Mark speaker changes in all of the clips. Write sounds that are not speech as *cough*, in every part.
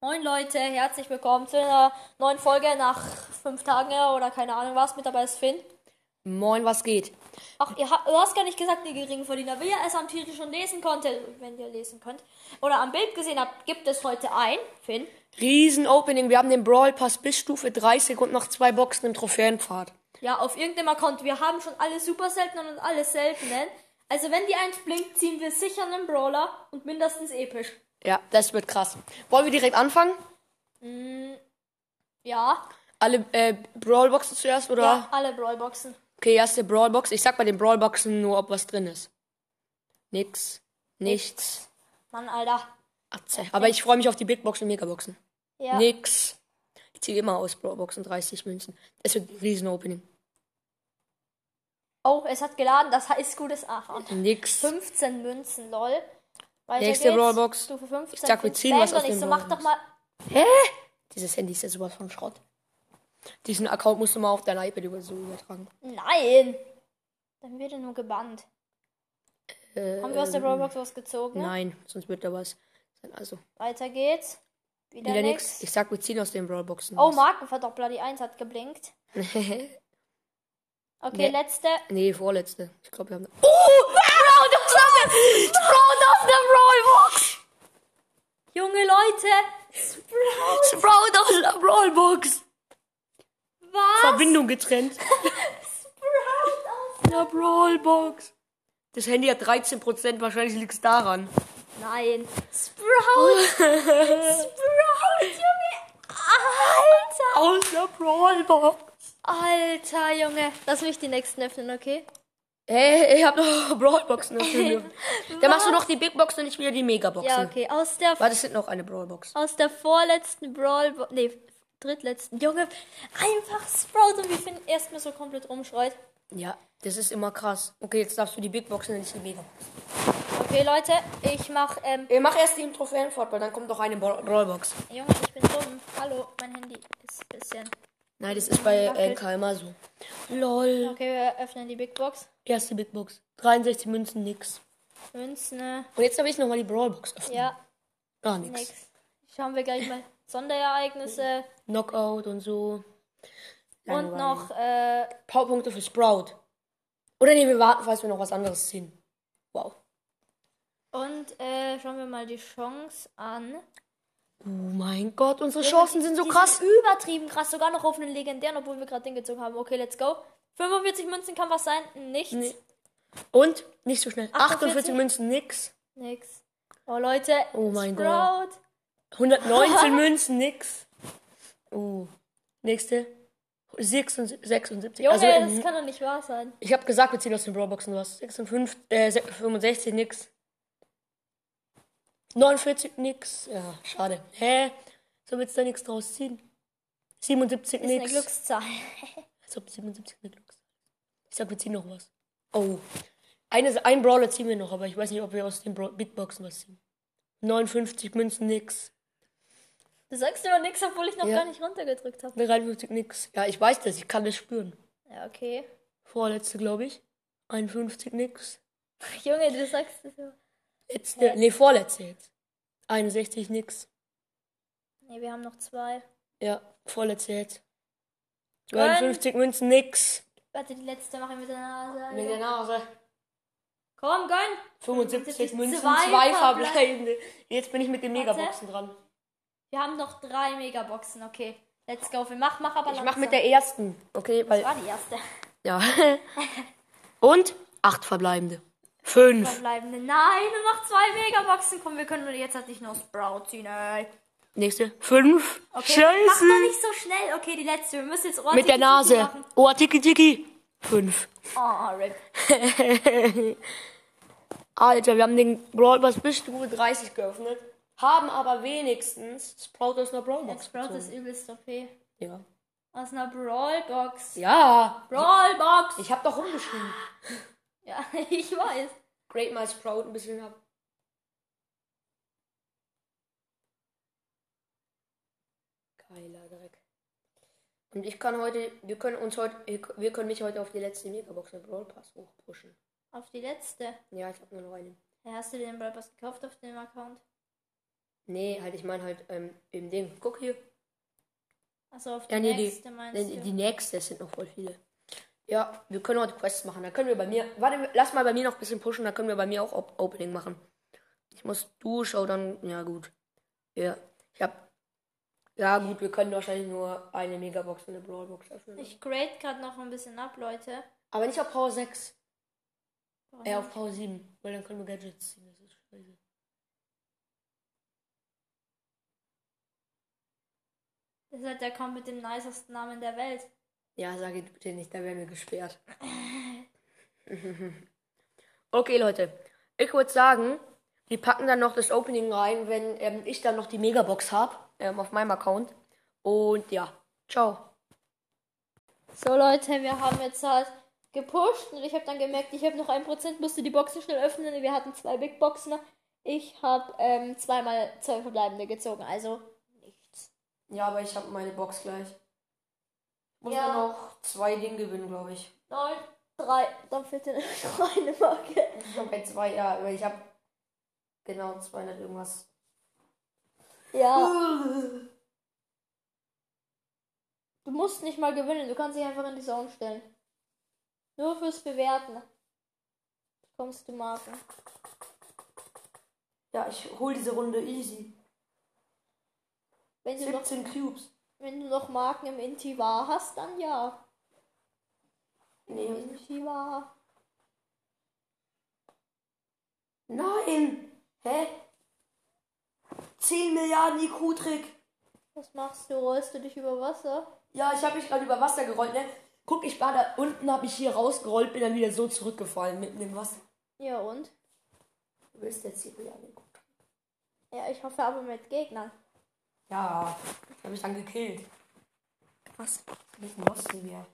Speaker 1: Moin Leute, herzlich willkommen zu einer neuen Folge nach fünf Tagen ja, oder keine Ahnung was. Mit dabei ist Finn.
Speaker 2: Moin, was geht?
Speaker 1: Ach, ihr habt, du hast gar nicht gesagt, ihr Geringverdiener. Wie ihr es am Titel schon lesen konntet, wenn ihr lesen könnt, oder am Bild gesehen habt, gibt es heute ein, Finn,
Speaker 2: Riesen-Opening. Wir haben den Brawl Pass bis Stufe 30 und noch zwei Boxen im Trophäenpfad.
Speaker 1: ja, auf irgendeinem Account. Wir haben schon alle super seltenen und alle seltenen. Also wenn die eins blinkt, ziehen wir sicher einen Brawler und mindestens episch.
Speaker 2: Ja, das wird krass. Wollen wir direkt anfangen?
Speaker 1: Ja,
Speaker 2: Alle äh, Brawl-Boxen zuerst, oder?
Speaker 1: ja alle Brawlboxen.
Speaker 2: Okay, erste Brawl-Box. Ich sag bei den Brawl-Boxen nur, ob was drin ist. Nix. Nichts.
Speaker 1: Mann, Alter.
Speaker 2: Atze. Aber ich freue mich auf die Big Box und Megaboxen.
Speaker 1: Ja.
Speaker 2: Nix. Ich ziehe immer aus Brawl-Boxen 30 Münzen. Es wird ein Riesen-Opening.
Speaker 1: Oh, es hat geladen. Das ist gutes Aha.
Speaker 2: Nix.
Speaker 1: 15 Münzen, lol. Weiter
Speaker 2: Nächste
Speaker 1: geht's.
Speaker 2: Brawlbox.
Speaker 1: Stufe 15.
Speaker 2: Ich sag, wir ziehen
Speaker 1: Spam
Speaker 2: was
Speaker 1: doch
Speaker 2: aus
Speaker 1: nicht
Speaker 2: dem
Speaker 1: so, mach doch
Speaker 2: Brawlbox.
Speaker 1: mal.
Speaker 2: Dieses Handy ist ja sowas von Schrott. Diesen Account musst du mal auf dein iPad über so übertragen.
Speaker 1: Nein! Dann wird er nur gebannt. Haben wir aus der Brawlbox was gezogen?
Speaker 2: Äh, ähm, Nein, sonst wird da was. sein. Also,
Speaker 1: Weiter geht's. Wieder,
Speaker 2: wieder
Speaker 1: nix.
Speaker 2: nix. Ich sag, wir ziehen aus den Brawlboxen.
Speaker 1: Oh,
Speaker 2: was.
Speaker 1: Markenverdoppler, die 1 hat
Speaker 2: *laughs*
Speaker 1: geblinkt. Okay,
Speaker 2: Nee.
Speaker 1: letzte.
Speaker 2: Nee, vorletzte. Ich glaube, wir haben.
Speaker 1: Oh! Sprout auf der, Sprout auf der Brawlbox! Junge Leute! Sprout!
Speaker 2: Sprout aus der Brawlbox!
Speaker 1: Was?
Speaker 2: Verbindung getrennt.
Speaker 1: Sprout auf
Speaker 2: der Brawlbox. Das Handy hat 13%, wahrscheinlich liegt es daran.
Speaker 1: Nein. Sprout! Sprout, Junge! Alter!
Speaker 2: Aus der Brawlbox.
Speaker 1: Alter, Junge. Lass mich die nächsten öffnen, okay?
Speaker 2: Hey, ich hab noch *laughs* Brawlboxen dafür. Dann machst du noch die Big Box und nicht wieder die Megaboxen.
Speaker 1: Ja, okay. Aus der,
Speaker 2: Warte, es sind noch eine Brawlbox.
Speaker 1: aus der vorletzten Brawl... Nee, drittletzten. Junge, einfach Sprout und wir finden erstmal so komplett rumschreut.
Speaker 2: Ja, das ist immer krass. Okay, jetzt darfst du die Big Boxen und nicht die Megabox.
Speaker 1: Okay, Leute, ich mach... Ähm,
Speaker 2: Ey, mach erst die im Trophäenfort, weil dann kommt noch eine Brawl- Brawlbox.
Speaker 1: Junge, ich bin dumm. Hallo, mein Handy ist ein bisschen...
Speaker 2: Nein, das ist bei äh, LK immer so. Lol.
Speaker 1: Okay, wir öffnen die Big Box.
Speaker 2: Erste Big Box. 63 Münzen, nix.
Speaker 1: Münzen, äh,
Speaker 2: Und jetzt habe ich nochmal die Brawlbox öffnen.
Speaker 1: ja,
Speaker 2: Gar nix.
Speaker 1: nix. Schauen wir gleich mal. Sonderereignisse
Speaker 2: Knockout und so.
Speaker 1: und
Speaker 2: Langweilig.
Speaker 1: noch... Äh,
Speaker 2: Powerpunkte für Sprout. Oder nee, wir warten, falls wir noch was anderes ziehen. Wow.
Speaker 1: Und äh, schauen wir mal die Chance an.
Speaker 2: Oh mein Gott, unsere Chancen sind so
Speaker 1: Die
Speaker 2: krass.
Speaker 1: Sind übertrieben krass, sogar noch auf einen legendären, obwohl wir gerade den gezogen haben. Okay, let's go. 45 Münzen kann was sein. Nichts.
Speaker 2: Nee. Und nicht so schnell.
Speaker 1: 48
Speaker 2: 48 Münzen, nix.
Speaker 1: Nix. Oh Leute.
Speaker 2: Oh mein
Speaker 1: Sprout. *laughs*
Speaker 2: 119 Münzen, nix. Oh. Nächste. 76. 76.
Speaker 1: Junge,
Speaker 2: also,
Speaker 1: das
Speaker 2: ähm,
Speaker 1: kann doch nicht wahr sein.
Speaker 2: ich habe gesagt, wir ziehen aus den Brawlboxen was. 56, äh, 65, nix. 49, nix. Ja, schade. Hä? So willst du da nix draus ziehen? 77,
Speaker 1: Das ist eine
Speaker 2: nix.
Speaker 1: Glückszahl.
Speaker 2: Als ob 77 eine Glücks. Ich sag, wir ziehen noch was. Oh. Eine, ein Brawler ziehen wir noch, aber ich weiß nicht, ob wir aus den Bra Big Boxen was ziehen. 59 Münzen, nix.
Speaker 1: Du sagst immer nix, obwohl ich noch
Speaker 2: Ja.
Speaker 1: gar nicht runtergedrückt habe.
Speaker 2: 53, nix. Ja, ich weiß das, ich kann das spüren.
Speaker 1: Ja, okay. *laughs*
Speaker 2: Vorletzte, glaube ich. 51, nix.
Speaker 1: Junge, du sagst es immer.
Speaker 2: Letzte, äh, nee, vorletzte jetzt. 61, nix.
Speaker 1: Ne, wir haben noch zwei.
Speaker 2: Ja, vorletzte jetzt.
Speaker 1: Gönn.
Speaker 2: 59 Münzen, nix.
Speaker 1: Warte, die letzte mache ich mit der Nase.
Speaker 2: Nase.
Speaker 1: Komm, gönn.
Speaker 2: 75 Münzen,
Speaker 1: Zwei
Speaker 2: zwei
Speaker 1: verbleibende.
Speaker 2: verbleibende. Jetzt bin ich mit den
Speaker 1: Warte.
Speaker 2: Megaboxen dran.
Speaker 1: Wir haben noch drei Megaboxen, okay. Let's go. Wir mach, mach aber
Speaker 2: Ich mach
Speaker 1: langsam.
Speaker 2: mit der ersten. Okay,
Speaker 1: Das
Speaker 2: weil
Speaker 1: war die erste. *laughs*
Speaker 2: Ja. Und acht verbleibende. Fünf.
Speaker 1: Verbleibende. Nein, nur noch zwei Megaboxen. Komm, wir können nur jetzt halt nicht nur Sprout ziehen, ey.
Speaker 2: Nächste. Fünf.
Speaker 1: Okay, mach
Speaker 2: Scheiße.
Speaker 1: doch nicht so schnell. Okay, die letzte. Wir müssen jetzt
Speaker 2: Mit der
Speaker 1: ordentlich
Speaker 2: Nase.
Speaker 1: machen.
Speaker 2: Oh, tiki tiki. Fünf.
Speaker 1: Oh, RIP.
Speaker 2: Alter, wir haben den Brawl Pass bis Stufe 30 geöffnet. Haben aber wenigstens Sprout aus einer Brawlbox.
Speaker 1: Sprout
Speaker 2: gezogen.
Speaker 1: ist eh- übelst OP.
Speaker 2: Ja.
Speaker 1: Aus einer Brawlbox.
Speaker 2: Ja.
Speaker 1: Brawlbox!
Speaker 2: Ich hab doch rumgeschrieben.
Speaker 1: Ja, *laughs* ich weiß.
Speaker 2: Great mal Sprout ein bisschen ab. Geiler Dreck. Und ich kann heute, wir können uns heute, wir können mich heute auf die letzte Megabox im Brawl Pass hochpushen.
Speaker 1: Auf die letzte.
Speaker 2: Ja, ich hab nur noch eine.
Speaker 1: Ja, Hast du den Brawlbox gekauft auf dem Account?
Speaker 2: Nee, halt, ich meine halt ähm, im Ding. Guck hier.
Speaker 1: Also auf die
Speaker 2: Ja, nee,
Speaker 1: nächste
Speaker 2: die,
Speaker 1: meinst
Speaker 2: nee,
Speaker 1: du?
Speaker 2: die nächste, es sind noch voll viele. Ja, wir können heute Quests machen. Dann können wir bei mir. Warte, lass mal bei mir noch ein bisschen pushen, dann können wir bei mir auch Op Opening machen. Ich muss Duschau dann. Ja, gut. Ja. Ich hab. Ja, gut, wir können wahrscheinlich nur eine Megabox und eine Brawlbox öffnen.
Speaker 1: Ich grade gerade noch ein bisschen ab, Leute.
Speaker 2: Aber nicht auf Power 6.
Speaker 1: Warum
Speaker 2: Äh, auf
Speaker 1: nicht?
Speaker 2: Power 7. Weil dann können wir Gadgets ziehen. Das ist scheiße.
Speaker 1: Das hat der kommt mit dem nicesten Namen der Welt.
Speaker 2: Ja, sage du den nicht, da werden wir gesperrt. *laughs* okay, Leute. Ich würde sagen, wir packen dann noch das Opening rein, wenn ähm, ich dann noch die Megabox habe ähm, auf meinem Account. Und ja, ciao.
Speaker 1: So Leute, wir haben jetzt halt gepusht und ich habe dann gemerkt, ich habe noch 1%, musste die Boxen schnell öffnen. Wir hatten zwei Big Boxen. Ich habe ähm, zweimal zwei verbleibende gezogen, also nichts.
Speaker 2: Ja, aber ich habe meine Box gleich.
Speaker 1: Muss Ja. nur
Speaker 2: noch zwei Dinge gewinnen, glaube ich. *laughs*
Speaker 1: 9, 3, dann fehlt dir *laughs* noch eine Marke.
Speaker 2: Ich habe bei zwei, ja, aber ich habe genau 200 irgendwas.
Speaker 1: Ja, du musst nicht mal gewinnen, du kannst dich einfach in die Zone stellen. Nur fürs Bewerten. Bekommst du Marken.
Speaker 2: Ja, ich hole diese Runde easy.
Speaker 1: Wenn du noch,
Speaker 2: Cubes.
Speaker 1: wenn du noch Marken im Intivar hast, dann ja.
Speaker 2: Nee.
Speaker 1: Intivar.
Speaker 2: Nein! Hä? 10 Milliarden IQ-Trick.
Speaker 1: Was machst du? Rollst du dich über Wasser?
Speaker 2: Ja, ich habe mich gerade über Wasser gerollt, ne? Guck, ich war da unten, habe mich hier rausgerollt, bin dann wieder so zurückgefallen mitten im Wasser.
Speaker 1: Ja und?
Speaker 2: Du willst jetzt 10 Milliarden IQ-Trick.
Speaker 1: Ja, ich hoffe aber mit Gegnern.
Speaker 2: Ja, habe ich dann gekillt. Krass. Ich lost mehr.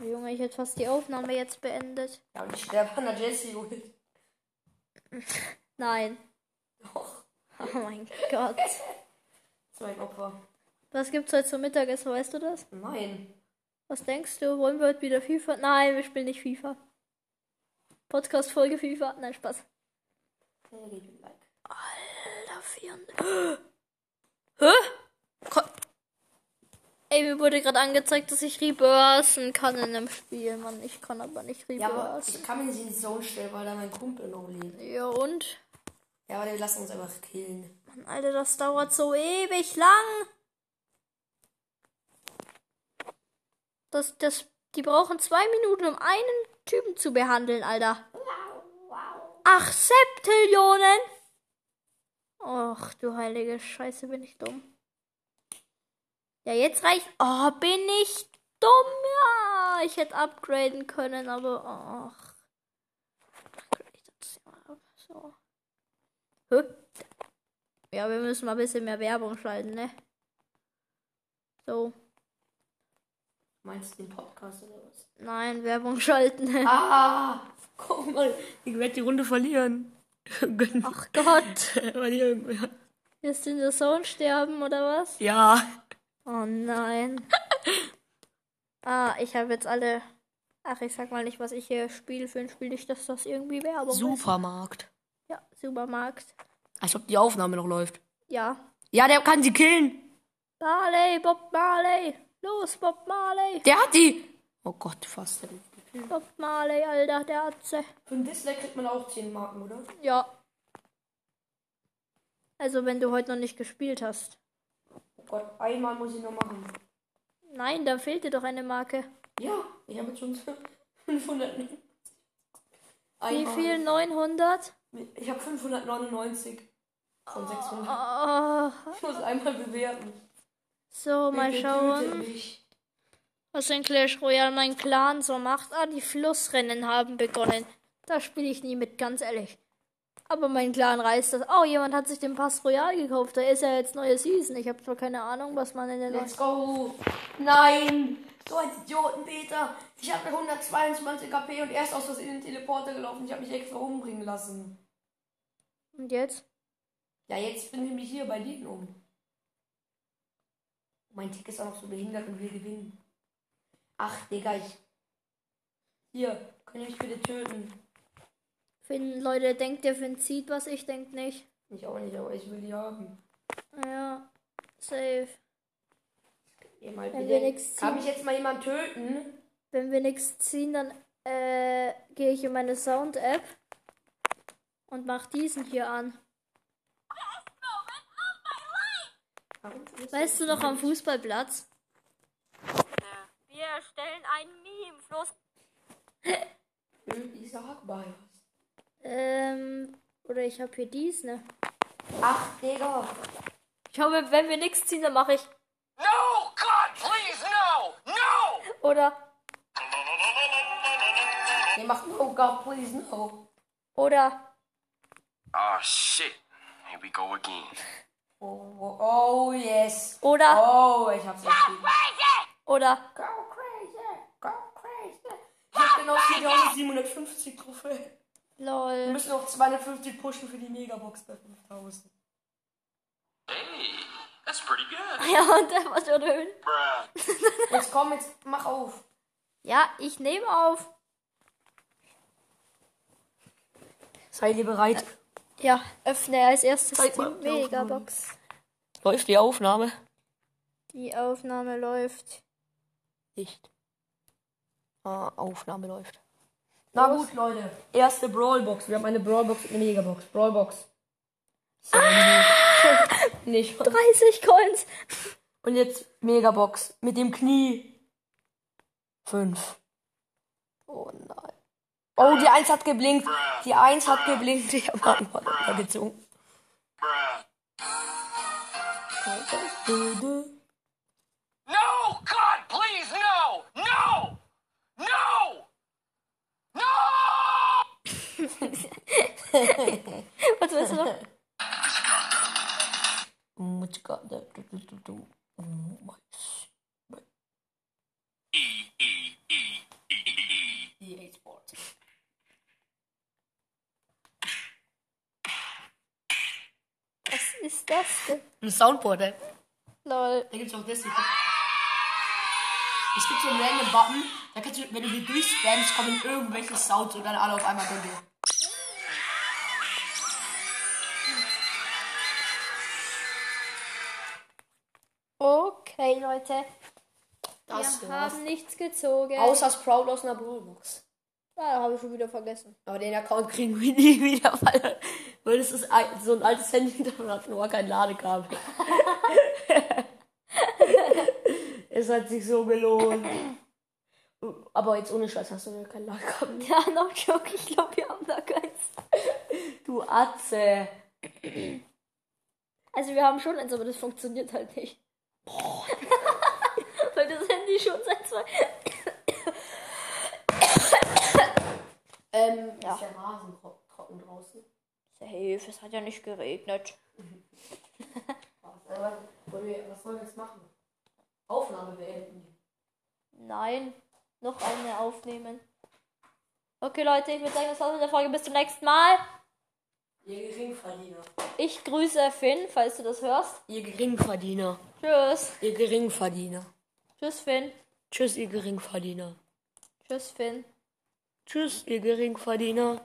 Speaker 1: Oh, Junge, ich hätte fast die Aufnahme jetzt beendet.
Speaker 2: Ja, und ich sterbe an der Jessie geholt.
Speaker 1: Nein.
Speaker 2: Doch,
Speaker 1: *laughs* Oh mein Gott.
Speaker 2: das war ein Opfer.
Speaker 1: Was gibt's heute zum Mittagessen, weißt du das?
Speaker 2: Nein.
Speaker 1: Was denkst du? Wollen wir heute wieder FIFA? Nein, wir spielen nicht FIFA. Podcast Folge FIFA. Nein, Spaß.
Speaker 2: Der geht mir like.
Speaker 1: Alter, vier. *gasps* Hä? Ko- Ey, mir wurde gerade angezeigt, dass ich rebursen kann in dem Spiel, Mann. Ich kann aber nicht
Speaker 2: Ja, aber
Speaker 1: rebursen.
Speaker 2: ich kann mich nicht in die Zone stellen, weil da mein Kumpel noch lebt.
Speaker 1: Ja, und?
Speaker 2: Ja, aber wir lassen uns einfach killen.
Speaker 1: Mann, Alter, das dauert so ewig lang. Das, das, die brauchen zwei Minuten, um einen Typen zu behandeln, Alter. Ach, Septillionen! Och, du heilige Scheiße, bin ich dumm. Ja, jetzt reicht. Oh, bin ich dumm, ja. Ich hätte upgraden können, aber. Ach. Upgrade das ja. So. Hä? Ja, wir müssen mal ein bisschen mehr Werbung schalten, ne? So.
Speaker 2: Meinst du den Podcast oder was?
Speaker 1: Nein, Werbung schalten. *laughs*
Speaker 2: Ah, guck mal, ich werde die Runde verlieren. *laughs*
Speaker 1: Ach Gott.
Speaker 2: Weil hier irgendwer.
Speaker 1: Wirst du in der Zone sterben oder was?
Speaker 2: Ja.
Speaker 1: Oh nein. Ah, ich habe jetzt alle. Ach, ich sag mal nicht, was ich hier spiele. Für ein Spiel nicht, dass das irgendwie Werbung ist.
Speaker 2: Oh Supermarkt.
Speaker 1: Ja, Supermarkt.
Speaker 2: Als ob die Aufnahme noch läuft.
Speaker 1: Ja.
Speaker 2: Ja, der kann sie killen.
Speaker 1: Marley, Bob Marley. Los, Bob Marley.
Speaker 2: Der hat die. Oh Gott, fast. Für
Speaker 1: Bob Marley, Alter, der Atze.
Speaker 2: ein Dislike kriegt man auch 10 Marken, oder?
Speaker 1: Ja. Also, wenn du heute noch nicht gespielt hast.
Speaker 2: Oh Gott, einmal muss ich noch machen.
Speaker 1: Nein, da fehlt dir doch eine Marke.
Speaker 2: Ja, ich habe jetzt schon *laughs* 500.
Speaker 1: Wie viel? 900?
Speaker 2: Ich habe 599 von 600.
Speaker 1: Oh,
Speaker 2: Ich muss einmal bewerten.
Speaker 1: so, mal schauen. Was in Clash Royale mein Clan so macht. Ah, die Flussrennen haben begonnen. Da spiele ich nie mit, ganz ehrlich. Aber mein Clan reißt das. Oh, jemand hat sich den Pass Royal gekauft. Da ist ja jetzt neue Season. Ich habe zwar keine Ahnung, was man in der neuen...
Speaker 2: Let's go! Nein! So ein Idiotenpeter! Ich habe 122 KP und erst aus Versehen in den Teleporter gelaufen. Ich habe mich extra umbringen lassen.
Speaker 1: Und jetzt?
Speaker 2: Ja, jetzt bin ich mich hier bei denen um. Mein Tick ist auch noch so behindert und will gewinnen. Ach, Digga, ich. Hier, könnt ihr mich bitte töten?
Speaker 1: Finn, Leute, denkt ihr, Finn zieht was? Ich denk nicht.
Speaker 2: Ich auch nicht, aber ich will die haben.
Speaker 1: Ja, safe.
Speaker 2: Ihr mal
Speaker 1: Wenn wir
Speaker 2: wieder-
Speaker 1: nichts ziehen.
Speaker 2: Kann mich jetzt mal jemand töten?
Speaker 1: Wenn wir nichts ziehen, dann äh, gehe ich in meine Sound-App und mach diesen hier an.
Speaker 2: Warum vermisst
Speaker 1: Weißt du noch am Fußballplatz?
Speaker 3: Wir erstellen ein Meme. Flos
Speaker 2: du Isaac bei?
Speaker 1: Ähm, oder ich habe hier ne? diesen.
Speaker 2: Ach, Digga.
Speaker 1: Ich hoffe, wenn wir nichts ziehen, dann mache ich.
Speaker 4: No! God, please, no! No!
Speaker 1: Oder,
Speaker 2: Der macht No God, please, no.
Speaker 1: oder.
Speaker 4: Oh, shit. Here we go again.
Speaker 2: Oh, oh, oh yes.
Speaker 1: Oder,
Speaker 2: Oh, ich hab's entschieden.
Speaker 1: oder.
Speaker 2: Go crazy, go crazy. Ich hab genau 4750 Trophäen. Wir
Speaker 1: Lol.
Speaker 2: müssen noch 250 pushen für die Megabox bei 5000.
Speaker 4: Hey, that's pretty good.
Speaker 1: *laughs* Ja, und der war schon schön.
Speaker 4: Bruh.
Speaker 2: Jetzt komm, jetzt mach auf.
Speaker 1: Ja, ich nehme auf.
Speaker 2: Seid ihr bereit?
Speaker 1: Ja, öffne als erstes
Speaker 2: Zeig
Speaker 1: die
Speaker 2: mal, die Aufnahme.
Speaker 1: Megabox.
Speaker 2: Läuft die Aufnahme?
Speaker 1: Die Aufnahme läuft.
Speaker 2: Nicht. Ah, Aufnahme läuft. Na gut, Leute. Erste Brawlbox. Wir haben eine Brawlbox und eine Megabox. Brawlbox. So, *laughs* nicht.
Speaker 1: 30 Coins.
Speaker 2: Und jetzt Megabox mit dem Knie. Fünf. Oh nein. Oh, die Eins hat geblinkt. Die Eins hat geblinkt. *laughs* Ich habe einfach runtergezogen.
Speaker 4: Bruh. No! God, please, no! No! No! No!
Speaker 1: Was willst du noch?
Speaker 2: EA Sports.
Speaker 1: Was ist das denn?
Speaker 2: Ein Soundboard, ey.
Speaker 1: Lol.
Speaker 2: Da gibt's auch das. hier. Es gibt so einen random Button, da kannst du, wenn du die durchspammst, kommen irgendwelche Sounds und dann alle auf einmal bei dir.
Speaker 1: Okay, Leute.
Speaker 2: Das
Speaker 1: wir
Speaker 2: war's.
Speaker 1: haben nichts gezogen.
Speaker 2: Außer Sprout aus einer Brawlbox.
Speaker 1: Ah, da habe ich schon wieder vergessen.
Speaker 2: Aber den Account kriegen wir *laughs* nie wieder, weil, weil das ist ein, so ein altes Handy, *laughs* da hat nur kein Ladekabel. *laughs* es hat sich so gelohnt. Aber jetzt ohne Scheiß hast du ja kein Ladekabel.
Speaker 1: Oh *laughs* Ja, no joke. Ich glaube, wir haben da keins.
Speaker 2: Du Atze.
Speaker 1: Also, wir haben schon eins, aber das funktioniert halt nicht. *laughs* Weil das Handy schon seit zwei.
Speaker 2: Ähm, ja. ist der Rasen tro- trocken draußen?
Speaker 1: Safe, es hat ja nicht geregnet.
Speaker 2: Was, wollen wir, was sollen wir jetzt machen? Aufnahme beenden.
Speaker 1: Nein, noch eine aufnehmen. Okay, Leute, ich würde sagen, das war's mit der Folge. Bis zum nächsten Mal.
Speaker 2: Ihr Geringverdiener.
Speaker 1: Ich grüße Finn, falls du das hörst.
Speaker 2: Ihr Geringverdiener.
Speaker 1: Tschüss.
Speaker 2: Ihr Geringverdiener.
Speaker 1: Tschüss, Finn.
Speaker 2: Tschüss, ihr Geringverdiener.
Speaker 1: Tschüss, Finn.
Speaker 2: Tschüss, ihr Geringverdiener.